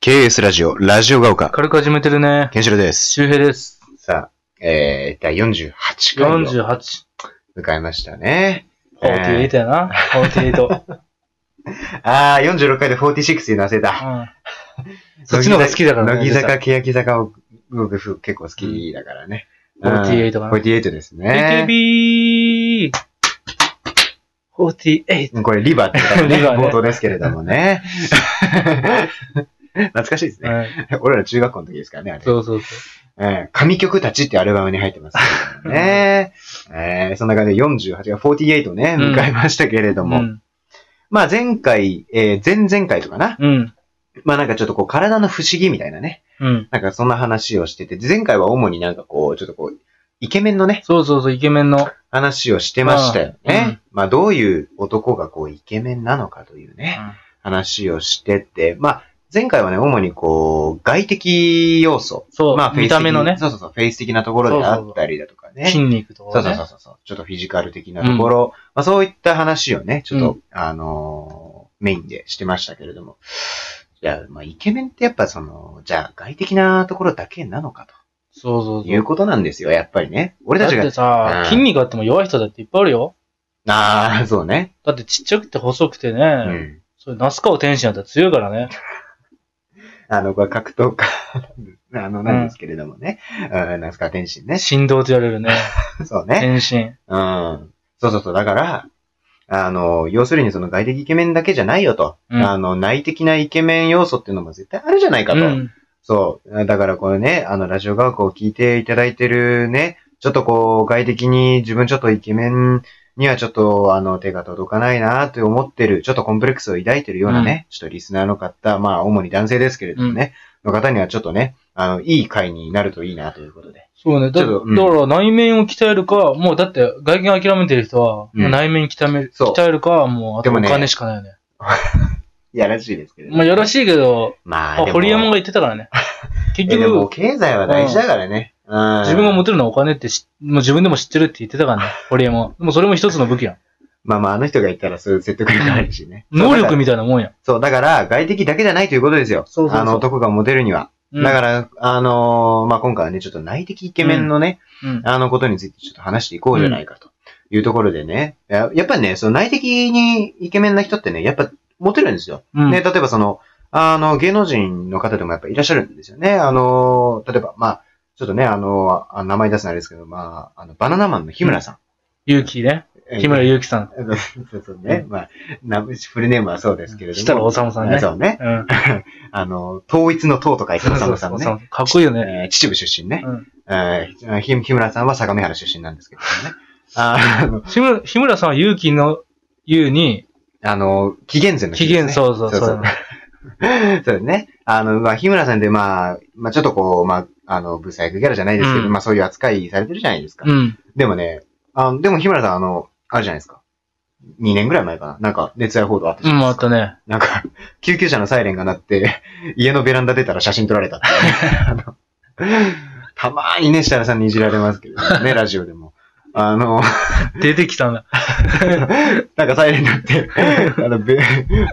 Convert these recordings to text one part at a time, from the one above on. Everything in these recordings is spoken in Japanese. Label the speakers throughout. Speaker 1: KS ラジオ、ラジオが丘、
Speaker 2: 軽く始めてるね。
Speaker 1: ケンシロウです。
Speaker 2: 周平です。
Speaker 1: さあ、えー、第48回を
Speaker 2: 48。
Speaker 1: 迎えましたね。え
Speaker 2: 48やな。48。
Speaker 1: ー、あー、46回で46言うの忘れた。
Speaker 2: うん。そっちの方が好きだからね。
Speaker 1: 乃木坂、欅坂を僕結構好きだからね。うん
Speaker 2: 48かな
Speaker 1: 48ですね。
Speaker 2: AKB!48。48
Speaker 1: これリバーって言ったのね
Speaker 2: リバーね
Speaker 1: 冒頭ですけれども ね。 懐かしいですね。
Speaker 2: はい
Speaker 1: 俺ら中学校の時ですからね、あれ。
Speaker 2: そうそうそ
Speaker 1: えー、神曲たちってアルバムに入って ますけれどもね。えー、そんな感じで48が48をね、
Speaker 2: うん
Speaker 1: 迎えましたけれど
Speaker 2: う。
Speaker 1: も。
Speaker 2: ん。
Speaker 1: まあ前回、えー、前々回とかな。
Speaker 2: うん。
Speaker 1: まあなんかちょっとこう体の不思議みたいなね。
Speaker 2: うん。
Speaker 1: なんかそんな話をしてて、で前回は主になんかこう、ちょっとこう、イケメンのね、
Speaker 2: そうそうそう、イケメンの。
Speaker 1: 話をしてましたよ
Speaker 2: ああう
Speaker 1: ね
Speaker 2: ん。
Speaker 1: まあどういう男がこう、イケメンなのかというね、話をしてて、まあ前回はね、主にこう、外的要素。
Speaker 2: そう、
Speaker 1: まあ
Speaker 2: 見た目のね、
Speaker 1: そうそうそう、フェイス的なところであったりだとかね。
Speaker 2: 筋肉と
Speaker 1: そ
Speaker 2: か
Speaker 1: うそう
Speaker 2: ね
Speaker 1: そうそう。ちょっとフィジカル的なところ、まあそういった話をね、ちょっと、
Speaker 2: う
Speaker 1: あのーメインでしてましたけれども。いや、まあイケメンってやっぱその、じゃあ外的なところだけなのか
Speaker 2: そうそ
Speaker 1: と
Speaker 2: うそ
Speaker 1: いう
Speaker 2: う。
Speaker 1: ことなんですよ、やっぱりね。俺
Speaker 2: だ
Speaker 1: た
Speaker 2: っ
Speaker 1: ちが
Speaker 2: て、さ
Speaker 1: うん、
Speaker 2: 筋肉あっても弱い人だっていっぱいあるよ。
Speaker 1: ああ、そうね。
Speaker 2: だってちっちゃくて細くて
Speaker 1: う
Speaker 2: ね、
Speaker 1: ん。
Speaker 2: そういうナスカオ天心だったら強いからね。
Speaker 1: あの、これ格闘家なんです、あの、なんですけれどもね。うん、ナスカ天心ね。
Speaker 2: 振動と言われるね。
Speaker 1: そうね。
Speaker 2: 天心。
Speaker 1: うん。そうそうそう。だから、あの、要するにその外的イケメンだけじゃないよと。
Speaker 2: うん
Speaker 1: あの、内的なイケメン要素っていうのも絶対あるじゃないかと。
Speaker 2: うん。
Speaker 1: そう。だからこれね、あの、ラジオ学校を聞いていただいてるね、ちょっとこう、外的に自分ちょっとイケメンにはちょっと、あの、手が届かないなと思ってる、ちょっとコンプレックスを抱いてるようなね、ちょっとリスナーの方、まあ、主に男性ですけれどもね、の方にはちょっとね、あの、いい回になるといいなということで。
Speaker 2: そうね。だ
Speaker 1: ちょっとうん
Speaker 2: だから内面を鍛えるか、もうだって外見を諦めてる人は、
Speaker 1: うん
Speaker 2: 内面鍛める
Speaker 1: そう
Speaker 2: 鍛えるか、もうあ
Speaker 1: で
Speaker 2: と
Speaker 1: も
Speaker 2: お
Speaker 1: ね
Speaker 2: 金しかないよね。
Speaker 1: いやらしいですけれども。
Speaker 2: まあよろしいけど、
Speaker 1: まあ、
Speaker 2: あ
Speaker 1: でも
Speaker 2: 堀山が言ってたか らね。結
Speaker 1: えでも、
Speaker 2: 局、
Speaker 1: 経済は大事だからね。うん
Speaker 2: 自分が持てるのはお金ってし、もう自分でも知ってるって言って たからね、堀山は。でもそれも一つの武器やん。
Speaker 1: まあまあ、あの人がいたらそういう説得力あるしね。
Speaker 2: 能力み
Speaker 1: たい
Speaker 2: たいなもんやん。
Speaker 1: そう、だから、外的だけじゃないということですよ。
Speaker 2: そうそうそう
Speaker 1: あの、男がモデルには。
Speaker 2: うん
Speaker 1: だから、あのーまあ、今回はね、ちょっと内的イケメンのね、
Speaker 2: うん。
Speaker 1: あのことについてちょっと話していこうじゃないかというところでね。ややっぱりね、その内的にイケメンな人ってね、やっぱモテるんですよ。
Speaker 2: うん
Speaker 1: ね、例えばその、あの、芸能人の方でもやっぱいらっしゃるんですよね。あのー例えば、まあ、ちょっとね、あのーあ名前出すのあれですけど、まあ、あの、バナナマンの日村さん。
Speaker 2: 勇気ね。
Speaker 1: えー
Speaker 2: 木村勇気さん。
Speaker 1: そうそうね。まあ、なフルネームはそうですけれども。
Speaker 2: 設楽統さんね
Speaker 1: そうね。
Speaker 2: うん。
Speaker 1: あの、統一の党と書いて、統さんね。
Speaker 2: ね。かっこいいよね。
Speaker 1: えー秩父出身ね。
Speaker 2: うん。
Speaker 1: えーひ日村さんは相模原出身なんですけどね。あの、
Speaker 2: 日村日村さんは勇気の勇に、
Speaker 1: あの、紀元前の
Speaker 2: 機嫌、
Speaker 1: う。
Speaker 2: そうそう
Speaker 1: そう
Speaker 2: そ
Speaker 1: そう
Speaker 2: う。
Speaker 1: そうですね。あの、まあ、日村さんで、まあ、まあ、ちょっとこう、まあ、あの、ブサイクギャラじゃないですけど、
Speaker 2: うん
Speaker 1: まあ、そういう扱いされてるじゃないですか。
Speaker 2: うん。
Speaker 1: でもね、あの、でも日村さん、あの、あるじゃないですか。2年ぐらい前かな。なんか、熱愛報道あったじ
Speaker 2: う
Speaker 1: ゃ
Speaker 2: ん、
Speaker 1: ない
Speaker 2: あ
Speaker 1: です
Speaker 2: っ
Speaker 1: か。
Speaker 2: たね。
Speaker 1: なんか、救急車のサイレンが鳴って、家のベランダ出たら写真撮られたっていうね、あのたまーにね、設楽さんにいじられますけれどもね、ラジオでも。あの、
Speaker 2: 出てきたんだ。
Speaker 1: なんかサイレン鳴って、あの、べ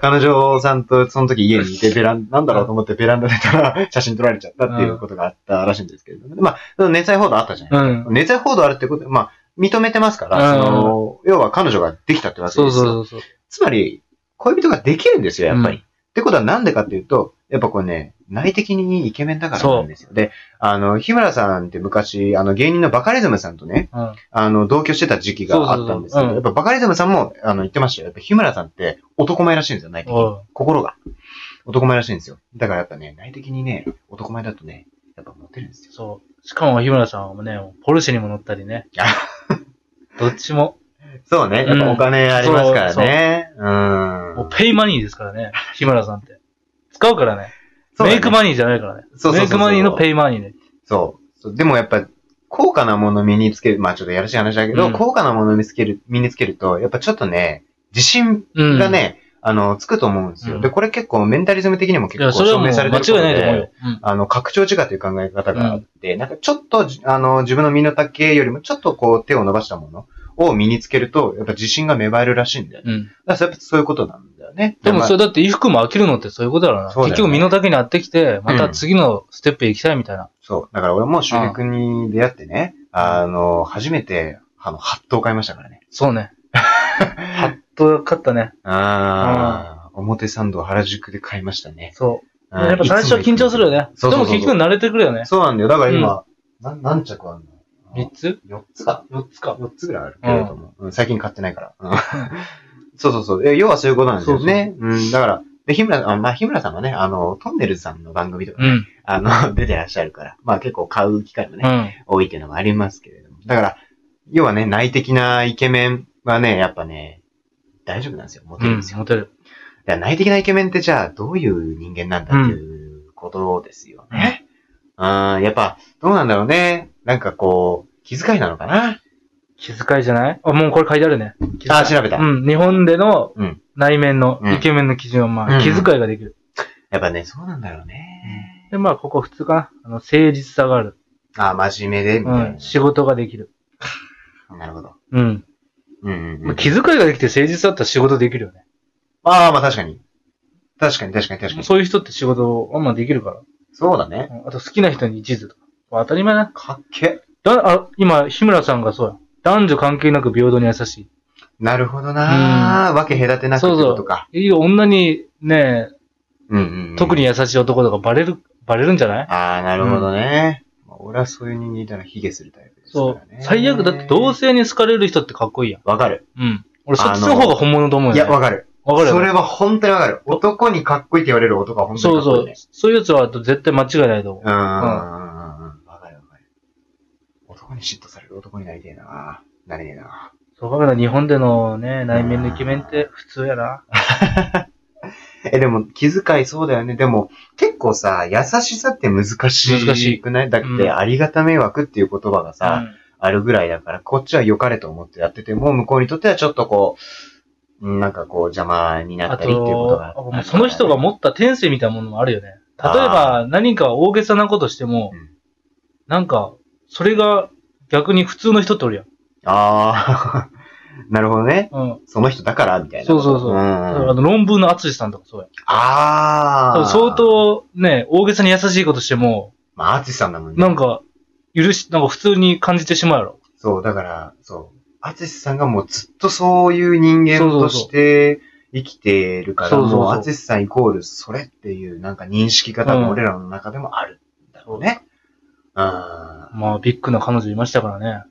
Speaker 1: 彼女さんとその時家にいて、ベラン、なんだろうと思ってベランダ出たら写真撮られちゃったっていうことがあったらしいんですけれども、まあ、その熱愛報道あったじゃない
Speaker 2: うん。
Speaker 1: 熱愛報道あるってこと、まあ、認めてますから、
Speaker 2: うん
Speaker 1: その、要は彼女ができたってわけです
Speaker 2: そ
Speaker 1: よ。
Speaker 2: うそうそうそう。
Speaker 1: つまり、恋人ができるんですよ、やっぱり。
Speaker 2: うん
Speaker 1: ってことはなんでかっていうと、やっぱこれね、内的にイケメンだからなんですよ。で、あの、日村さんって昔、あの、芸人のバカリズムさんとね、
Speaker 2: うん。
Speaker 1: あの、同居してた時期があったんですけど、
Speaker 2: そうそうそううん
Speaker 1: やっぱバカリズムさんも、あの、言ってましたよ。やっぱ日村さんって男前らしいんですよ、内的に。
Speaker 2: おう
Speaker 1: 心が。男前らしいんですよ。だからやっぱね、内的にね、男前だとね、やっぱモテるんですよ。
Speaker 2: そう。しかも日村さんはね、ポルシェにも乗った りね
Speaker 1: あ。
Speaker 2: どっちも、
Speaker 1: そうね。やっぱお金ありますからね。うん。
Speaker 2: もうペイマニーですからね、日村さんって。使うからね。
Speaker 1: そうだね
Speaker 2: メイクマニーじゃないからね。
Speaker 1: そうそうそうそう
Speaker 2: メイクマニーのペイマニーね。
Speaker 1: そうそう。でもやっぱ、高価なもの身につける、まあちょっとやらしい話だけど、
Speaker 2: うん
Speaker 1: 高価なもの身につける、身につけると、やっぱちょっとね、自信
Speaker 2: うん。
Speaker 1: がね、あの、つくと思うんですよ。
Speaker 2: うん
Speaker 1: で、これ結構メンタリズム的にも
Speaker 2: い
Speaker 1: 結
Speaker 2: や、
Speaker 1: 構
Speaker 2: それは
Speaker 1: 証
Speaker 2: もう
Speaker 1: 明さ
Speaker 2: 間
Speaker 1: れ
Speaker 2: 違い
Speaker 1: てるこ
Speaker 2: ない
Speaker 1: とで。
Speaker 2: 思うよ。うん。
Speaker 1: あの、拡張自我という考え方があって、なんかちょっと、あの、自分の身の丈よりもちょっとこう手を伸ばしたものを身につけると、やっぱ自信が芽生えるらしいんだよね。
Speaker 2: うん。
Speaker 1: だからやっぱそういうことなんだよね。
Speaker 2: でもそ
Speaker 1: ま
Speaker 2: れだって衣服も飽きるのってそういうことだろうな。
Speaker 1: そうだよね
Speaker 2: 結局身の丈に合ってきて、ま
Speaker 1: う
Speaker 2: た
Speaker 1: ん
Speaker 2: 次のステップへ行きたいみたいな
Speaker 1: あ。そう。だから俺も周平君に出会ってね、あの、初めて、あの、ハットを買いましたからね。
Speaker 2: そう ね。はっとかったね。
Speaker 1: ああ、表参道原宿で買いましたね。
Speaker 2: そう。
Speaker 1: うん
Speaker 2: やっぱ最初は緊張するよね。
Speaker 1: そうそうそう
Speaker 2: でも結局慣れてくるよね。
Speaker 1: そうなんだよ。だから今、なん何着あんの
Speaker 2: 3つ
Speaker 1: 四つか。
Speaker 2: ?4 つか。
Speaker 1: 4つぐらいあるけれども、うん最近買ってないから。うん そうそうそう。え要はそういうことなんですよね。うん、だから、で、日村さん、あまあ、日村さんはね、あの、トンネルズさんの番組とか、
Speaker 2: うん。
Speaker 1: あの、 出てらっしゃるから、まあ結構買う機会もね、
Speaker 2: うん。
Speaker 1: 多いっていうのもありますけれども。だから、要はね、内的なイケメンはね、やっぱね、大丈夫なんですよ。モテ
Speaker 2: う
Speaker 1: るん
Speaker 2: ん
Speaker 1: です。よ。
Speaker 2: モテる。
Speaker 1: だから内的なイケメンってじゃあ、どういう人間なんだっていうことですよね。ああやっぱ、どうなんだろうね。なんかこう、気遣いなのかな。
Speaker 2: 気遣いじゃないあ、もうこれ書いてあるね。気遣い
Speaker 1: あー、調べた。
Speaker 2: うん。日本での
Speaker 1: うん
Speaker 2: 内面の
Speaker 1: うん
Speaker 2: イケメンの基準は、
Speaker 1: う
Speaker 2: ま
Speaker 1: ん
Speaker 2: あ、気遣いができる。
Speaker 1: やっぱね、そうなんだろうね。
Speaker 2: で、まあ、ここ普通かな。あの、誠実さがある。
Speaker 1: あ、真面目で、みたいうな。
Speaker 2: ん。仕事ができる。
Speaker 1: なるほど。
Speaker 2: うん。
Speaker 1: うん、うん
Speaker 2: ま
Speaker 1: う
Speaker 2: あ
Speaker 1: ん。
Speaker 2: 気遣いができて誠実だったら仕事できるよね。
Speaker 1: ああ、まあ確かに。確かに、確かに、確かに。
Speaker 2: そういう人って仕事をあんまできるから。
Speaker 1: そうだね。
Speaker 2: うんあと好きな人に一途とか。まあ当たり前だ。
Speaker 1: かっけ。
Speaker 2: だあ今、日村さんがそうや。男女関係なく平等に優し
Speaker 1: なるほどなー、わけ隔てなくってことか。
Speaker 2: い。いい女にね、
Speaker 1: うんうんうん。
Speaker 2: 特に。優しい男とかバレる、バレるんじゃない
Speaker 1: ああ、なるほどね。まあ俺はそういう人間いたら卑下するタイプですか
Speaker 2: そ
Speaker 1: ら
Speaker 2: う
Speaker 1: ね。。
Speaker 2: 最悪だって同性に好かれる人ってかっこいいやん。
Speaker 1: わかる。
Speaker 2: うん。俺そっちの方が本物と思うよ、
Speaker 1: い
Speaker 2: ね。
Speaker 1: や、わかる。
Speaker 2: わかるよ
Speaker 1: そ
Speaker 2: ね
Speaker 1: れは本当にわかる。男にかっこいいって言われる男は本当に
Speaker 2: そ
Speaker 1: か
Speaker 2: う
Speaker 1: っこ
Speaker 2: そ
Speaker 1: いいうね。。
Speaker 2: そういうやつは絶対間違いないと思う。
Speaker 1: うん。わかるわかる。男に嫉妬される男になりてえな。なれねえな。
Speaker 2: そう考えたら日本でのね、内面のイケメンって普通やな。
Speaker 1: え、でも気遣いそうだよね。でも結構さ、優しさって難しい。
Speaker 2: 難しい
Speaker 1: くないだって、
Speaker 2: うん
Speaker 1: ありがた迷惑っていう言葉がさ、あるぐらいだから、こっちは良かれと思ってやってても、向こうにとってはちょっとこう、うんなんかこう邪魔に
Speaker 2: うん、
Speaker 1: な
Speaker 2: あ
Speaker 1: ったりっていうことがあった
Speaker 2: と、もうその人が持った天性みたいなものもあるよね。例え
Speaker 1: あ
Speaker 2: ば何か大げさなことしても、
Speaker 1: うん
Speaker 2: なんか、それが逆に普通の人っておるやん。
Speaker 1: あー なるほどね。
Speaker 2: うん。
Speaker 1: その人だから、みたいな。
Speaker 2: そうそうそうう。
Speaker 1: ん
Speaker 2: だからあの論文の厚さんとかそうや。だか
Speaker 1: あ
Speaker 2: ら
Speaker 1: あ。
Speaker 2: 相。当ね、大げさに優しいことしても、
Speaker 1: まあ、アーティスさんだもんね。
Speaker 2: なんか、許し、なんか普通に感じてしまうやろ。
Speaker 1: そう、だから、そう。アツシさんがもうずっとそういう人間
Speaker 2: そうそ
Speaker 1: と
Speaker 2: うそう
Speaker 1: して生きてるから、
Speaker 2: そうそうそう
Speaker 1: もうアツシさんイコールそれっていうなんか認識が多
Speaker 2: う
Speaker 1: 分
Speaker 2: ん
Speaker 1: 俺らの中でもあるんだろうね。あ
Speaker 2: まあ、ビッグな彼女いましたからね。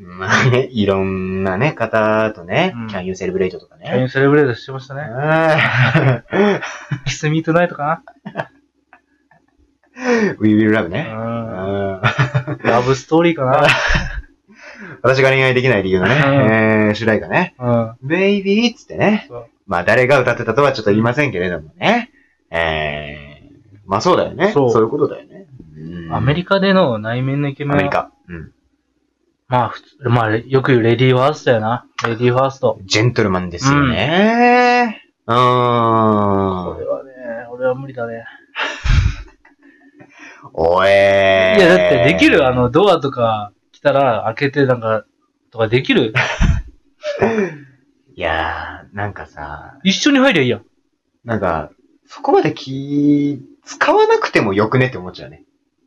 Speaker 1: ーまあね、いろんなね、方とね、
Speaker 2: うん
Speaker 1: Can You Celebrate とか
Speaker 2: キャイ
Speaker 1: ね。
Speaker 2: ンセレブレートしてましたね。
Speaker 1: あー
Speaker 2: キスミートナイトか
Speaker 1: We Will Love ね。
Speaker 2: なうん。
Speaker 1: あー
Speaker 2: ラブストーリーか
Speaker 1: 私が恋愛できない理由のね、
Speaker 2: う
Speaker 1: えー主題歌ね。
Speaker 2: な
Speaker 1: ベイビーっつってね
Speaker 2: そう。
Speaker 1: まあ誰が歌ってたとはちょっと言いませんけれどもね。えー、まあそうだよね。そ
Speaker 2: そうう
Speaker 1: いうことだよね。
Speaker 2: うん。アメリカでの内面のイケ
Speaker 1: カア
Speaker 2: メンは
Speaker 1: メリカ。うん。
Speaker 2: まあ、普通、まあ、よく言うレディーファーストやな。レディーファースト。
Speaker 1: ジェントルマンですよね。うー
Speaker 2: こ
Speaker 1: ん。
Speaker 2: れはね、俺は無理だね。
Speaker 1: おえー。
Speaker 2: いや、だってできる、あ。の、ドアとか来たら開けてなんか、とかできる。
Speaker 1: いやー、なんかさ、
Speaker 2: 一緒に入りゃいいやん。
Speaker 1: なんか、そこまで気、使わなくてもよくねって思っちゃうね。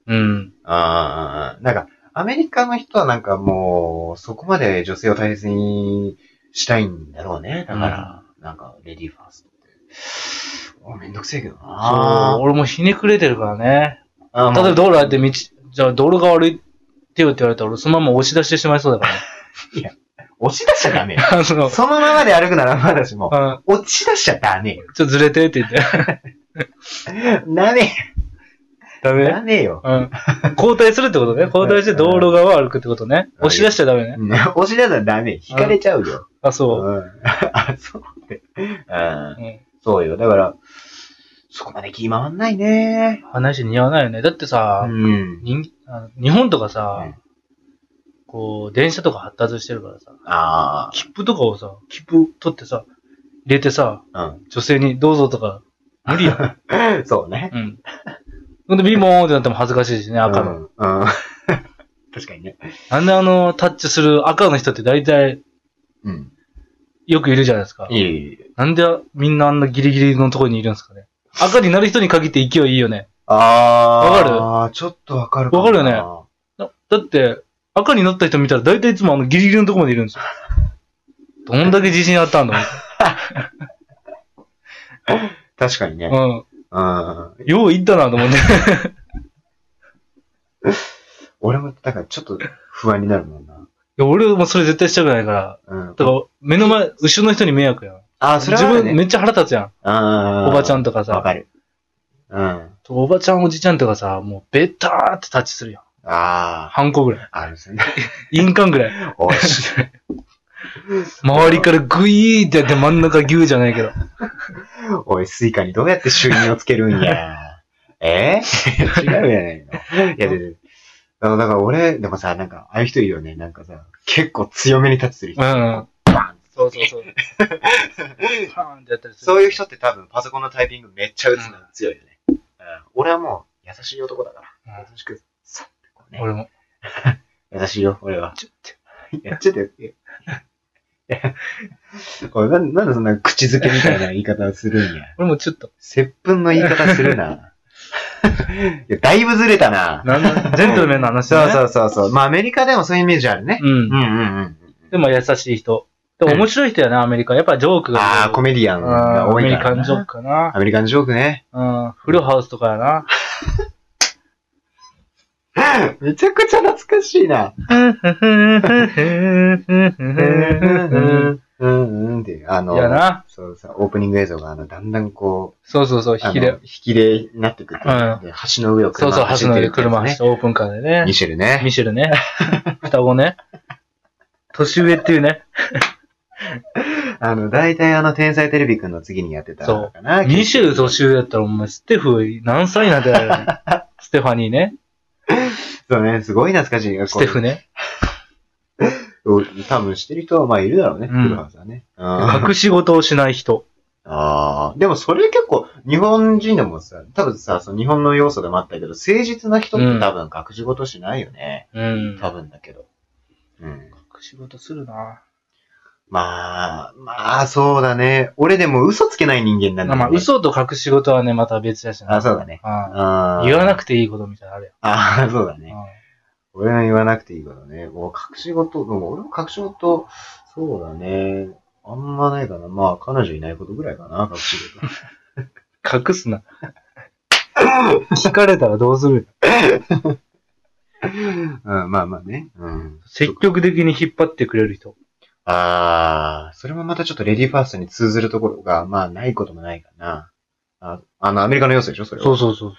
Speaker 2: うん。
Speaker 1: ああ、なんか、アメリカの人はなんかもう、そこまで女性を大切にしたいんだろうね。だから、なんか、レディーファーストって。おめんどくせえけど
Speaker 2: そう、
Speaker 1: な。
Speaker 2: 俺もひねくれてるからね。
Speaker 1: あー
Speaker 2: 例えば
Speaker 1: ま
Speaker 2: 道路あって道、じゃあ道路が悪いってよって言われたら俺そのまま押し出してしまいそうだからね。
Speaker 1: あ押し出しちゃダメよ。
Speaker 2: あの、
Speaker 1: そのままで歩くならまだしも、
Speaker 2: うん。
Speaker 1: 落ち出しちゃダメよ。
Speaker 2: ちょっとずれてって言って。
Speaker 1: ダメ、
Speaker 2: ダメ
Speaker 1: ダメよ。
Speaker 2: うん。交代するってことね。交代して道路側を歩くってことね。
Speaker 1: うん
Speaker 2: 押し出しちゃダメね。
Speaker 1: うん 押し出したらダメ。引かれちゃうよ。
Speaker 2: あ、
Speaker 1: う
Speaker 2: そ
Speaker 1: ん あ、そうって。うん
Speaker 2: う。うん。
Speaker 1: そうよ。だから、そこまで気回んないね。
Speaker 2: 話似合わないよね。だってさ、
Speaker 1: うん。
Speaker 2: 人あの日本とかさ、
Speaker 1: うん
Speaker 2: こう、電車とか発達してるからさ、
Speaker 1: あ
Speaker 2: 切符とかをさ、切符取ってさ、入れてさ、
Speaker 1: あ、うん。
Speaker 2: 女性にどうぞとか、無理 や
Speaker 1: そうね。
Speaker 2: ん。うん。ほんで、ビモーンってなっても恥ずかしいしね、赤の。
Speaker 1: うん。うん 確かにね。
Speaker 2: なんであの、タッチする赤の人って大体、
Speaker 1: うん。
Speaker 2: よくいるじゃないですか。
Speaker 1: いえいえ。
Speaker 2: なんでみんなあんなギリギリのところにいるんですかね。赤になる人に限って勢いいいよね。
Speaker 1: あー。
Speaker 2: わ
Speaker 1: かるちょっとわかるも
Speaker 2: わかるよだだって、赤になった人見たら大体いつもあのギリギリのところまでいるんですよ。どんだけ自信あ ったんだ
Speaker 1: 確かにね。
Speaker 2: ろう。
Speaker 1: うん。
Speaker 2: うん。よういったなと思って。
Speaker 1: 俺も、だからちょっと不安になるもんな。
Speaker 2: いや俺もそれ絶対したくないから。
Speaker 1: うん。
Speaker 2: だから、目の前、後ろの人に迷惑やん。
Speaker 1: あー、それ
Speaker 2: 自
Speaker 1: はある
Speaker 2: 分
Speaker 1: ね。
Speaker 2: めっちゃ腹立つやん。
Speaker 1: おば
Speaker 2: おばちゃ
Speaker 1: ん
Speaker 2: んとか
Speaker 1: わ
Speaker 2: さ。
Speaker 1: かる。うん。あ
Speaker 2: おばちゃんおじちゃんとかさ、もうベターってタッチするやん。
Speaker 1: あ
Speaker 2: ハンコぐらい。
Speaker 1: ー、あるんですね。
Speaker 2: 印鑑ぐらい。
Speaker 1: おい し。
Speaker 2: 周りからグイーってやって真ん中ギューじゃないけど。
Speaker 1: おい、スイカにどうやって収入をつけるんや。 え ー、違うやないの。いや、で、であのだから俺、でもさ、なんか、ああいう人いるよね。なんかさ、結構強めに立つする人。
Speaker 2: うん。
Speaker 1: バン
Speaker 2: そうそうそう。パーンってやったりする。
Speaker 1: そういう人って多分パソコンのタイピングめっちゃ打つの強いよね。うん、俺はもう優しい男だから。
Speaker 2: うん
Speaker 1: 優しく、さってこうね。
Speaker 2: 俺も。
Speaker 1: 優しいよ、俺は。
Speaker 2: ちょっと
Speaker 1: いや、ちょっとやってよ。いやおいなんなんでそんな口づけみたいな言い方をするんや。
Speaker 2: 俺もちょっと。
Speaker 1: 接吻の言い方するな。 いや、だいぶずれたな。
Speaker 2: なんだジェントルメンの話
Speaker 1: そ
Speaker 2: だ
Speaker 1: う
Speaker 2: ね。
Speaker 1: そうそうそう。まあ、アメリカでもそういうイメージあるね。
Speaker 2: う。ん
Speaker 1: うん。うんうん
Speaker 2: でも優しい人。でも面白い人やな、アメリカ。やっぱジョーク
Speaker 1: うん。
Speaker 2: が。
Speaker 1: ああ、コメディアンが
Speaker 2: うんア
Speaker 1: 多
Speaker 2: メ
Speaker 1: い
Speaker 2: リ
Speaker 1: か
Speaker 2: カ
Speaker 1: ら
Speaker 2: ン
Speaker 1: な。
Speaker 2: ジョークかな。
Speaker 1: アメリカンジョークね。
Speaker 2: うん。フルハウスとかやな。
Speaker 1: めちゃくちゃ懐かしいな。うんうんうんうんっていう、あの、
Speaker 2: やな。
Speaker 1: そうさ、オープニング映像が、あの、だんだんこ
Speaker 2: そうそうそう、
Speaker 1: う、あ
Speaker 2: 引き
Speaker 1: の
Speaker 2: で。
Speaker 1: 引きでになってくっていう
Speaker 2: うん
Speaker 1: で橋の上を
Speaker 2: そ
Speaker 1: 車
Speaker 2: うそう、
Speaker 1: 走っ
Speaker 2: 橋の
Speaker 1: てるって
Speaker 2: 上で
Speaker 1: やつ
Speaker 2: 車走って、オープンカーでね
Speaker 1: ミ。シェルね。
Speaker 2: ミシェルね。双子ね。年上っていうね。
Speaker 1: あの、大体あの、天才テレビくんの次にやってたのかな。
Speaker 2: ミシェル
Speaker 1: そう
Speaker 2: 年上だったら、お前、ステフ、何歳なんだ よ。ステファニーね。
Speaker 1: そうね、すごい懐かしい。
Speaker 2: ステフね。
Speaker 1: こう。多分知ってる人は、まあ、いるだろうね、
Speaker 2: うん
Speaker 1: フルハウスはね。うん
Speaker 2: 隠し事をしない人。
Speaker 1: ああ、でもそれ結構、日本人でもさ、多分さ、その日本の要素でもあったけど、誠実な人って多分隠し事しないよね。
Speaker 2: うん。
Speaker 1: 多分だけど。うん。
Speaker 2: 隠し事するな。
Speaker 1: まあ、まあ、そうだね。俺でも嘘つけない人間なんだよ、ね。
Speaker 2: まあ、嘘と隠し事はね、また別だしな。
Speaker 1: あ、そうだね。
Speaker 2: うん
Speaker 1: あー
Speaker 2: 言わなくていいことみたいなのある
Speaker 1: あー、そう だ
Speaker 2: や
Speaker 1: ね。
Speaker 2: ん。
Speaker 1: 俺は言わなくていいからね。もう隠し事、でも俺も隠し事、そうだね。あんまないかな。まあ、彼女いないことぐらいかな、隠し事。
Speaker 2: 隠すな。聞かれたらどうする
Speaker 1: うん、まあまあね。うん。
Speaker 2: 積極的に引っ張ってくれる人。
Speaker 1: ああ、それもまたちょっとレディーファーストに通ずるところが、まあ、ないこともないかな。ああの、アメリカの要素でしょそれは。
Speaker 2: そうそうそう。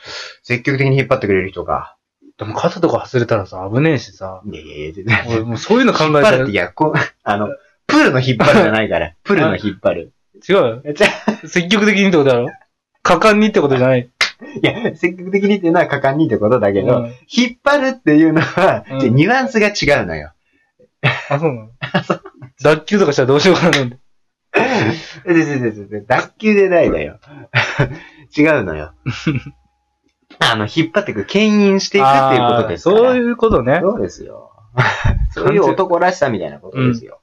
Speaker 1: 積極的に引っ張ってくれる人が。
Speaker 2: でも肩とか外れたらさ、危ねえしさ。
Speaker 1: いやいやいや全 然
Speaker 2: 俺もうそういうの考
Speaker 1: 引っ
Speaker 2: え
Speaker 1: 張
Speaker 2: た
Speaker 1: るっ
Speaker 2: ら、
Speaker 1: て、い
Speaker 2: 違
Speaker 1: や、こう、あの、プールの引っ張るじゃないから、プールの引っ張る。
Speaker 2: う
Speaker 1: いやじゃ
Speaker 2: よ積極的にってことだろ果敢にってことじゃない。
Speaker 1: いや、積極的にっていうのは果敢にってことだけど、
Speaker 2: うん
Speaker 1: 引っ張るっていうのは、
Speaker 2: うん
Speaker 1: じゃニュアンスが違うのよ。
Speaker 2: あ、そう なの脱臼とかしたらどうしようかなと思って。
Speaker 1: ででででで脱臼でないだよ。 違うのよ。あの、引っ張っていく、牽引していくっていうことです
Speaker 2: あ
Speaker 1: か
Speaker 2: ー
Speaker 1: ら。
Speaker 2: そういうことね。
Speaker 1: そうですよ。 そういう男らしさみたいなことですよ。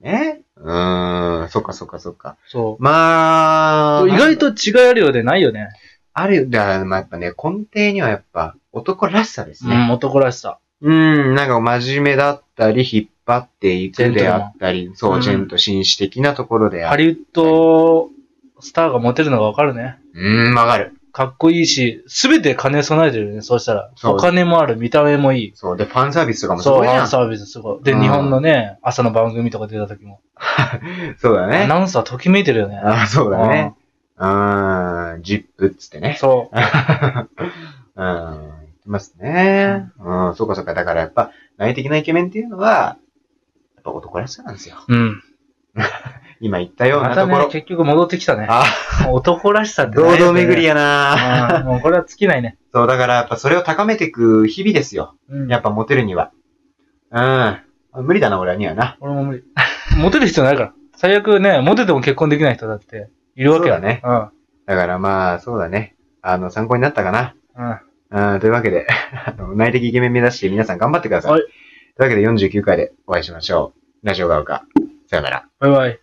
Speaker 1: ねうーん、そっかそっかそっか。
Speaker 2: そ
Speaker 1: まあ、
Speaker 2: う。意外と違いあるようでないよね。
Speaker 1: あるよ。だから、まあ、やっぱね、根底にはやっぱ男らしさです
Speaker 2: う
Speaker 1: ね。
Speaker 2: ん、男らしさ。
Speaker 1: うん、なんか真面目だったり、引っ張っていくであったり、そうう、
Speaker 2: ん
Speaker 1: ジェンと紳士的なところであ
Speaker 2: ハ
Speaker 1: る。
Speaker 2: リウッドスターがモテるのがわかるね。
Speaker 1: うん、わかる。
Speaker 2: かっこいいし、すべて兼ね備えてるよね、そうしたら。
Speaker 1: そう
Speaker 2: お金もある、見た目もいい。
Speaker 1: そう、で、ファンサービスとかもす
Speaker 2: そう、
Speaker 1: ごい
Speaker 2: ファ
Speaker 1: な。
Speaker 2: ン
Speaker 1: そ
Speaker 2: サービスすごい。で、
Speaker 1: うん
Speaker 2: 日本のね、朝の番組とか出た時も。
Speaker 1: うだ
Speaker 2: ア
Speaker 1: ね。
Speaker 2: ナウンサーときめいてるよね。
Speaker 1: あそうだね。うん、ジップっつって
Speaker 2: うん。
Speaker 1: ね。
Speaker 2: そ
Speaker 1: う
Speaker 2: う。
Speaker 1: ん、言ってますね。うん、そうかそうか。だからやっぱ、内的なイケメンっていうのは、やっぱ男らしさなんですよ。
Speaker 2: うん。
Speaker 1: 今言ったよう
Speaker 2: ま
Speaker 1: な
Speaker 2: た
Speaker 1: とこ
Speaker 2: ね、
Speaker 1: ろ。
Speaker 2: 結局戻ってきたね。
Speaker 1: あ、
Speaker 2: 男らしさって
Speaker 1: 堂々巡り
Speaker 2: や。
Speaker 1: やな
Speaker 2: うんもうこれは尽きないね。
Speaker 1: そう、だからやっぱそれを高めていく日々ですよ。
Speaker 2: うん。
Speaker 1: やっぱモテるには。うんあ。無理だな、俺にはな。
Speaker 2: 俺も無理。モテる必要ないから。最悪ね、モテても結婚できない人だって、いるわけ
Speaker 1: そうだね。
Speaker 2: うん。
Speaker 1: だからまあ、そうだね。あの、参考になったかな。
Speaker 2: うん。
Speaker 1: うん、というわけで、 あの内的イケメン目指して皆さん頑張ってください。
Speaker 2: はい
Speaker 1: というわけで49回でお会いしましょう。ラジオが丘。さよなら。
Speaker 2: バイバイ。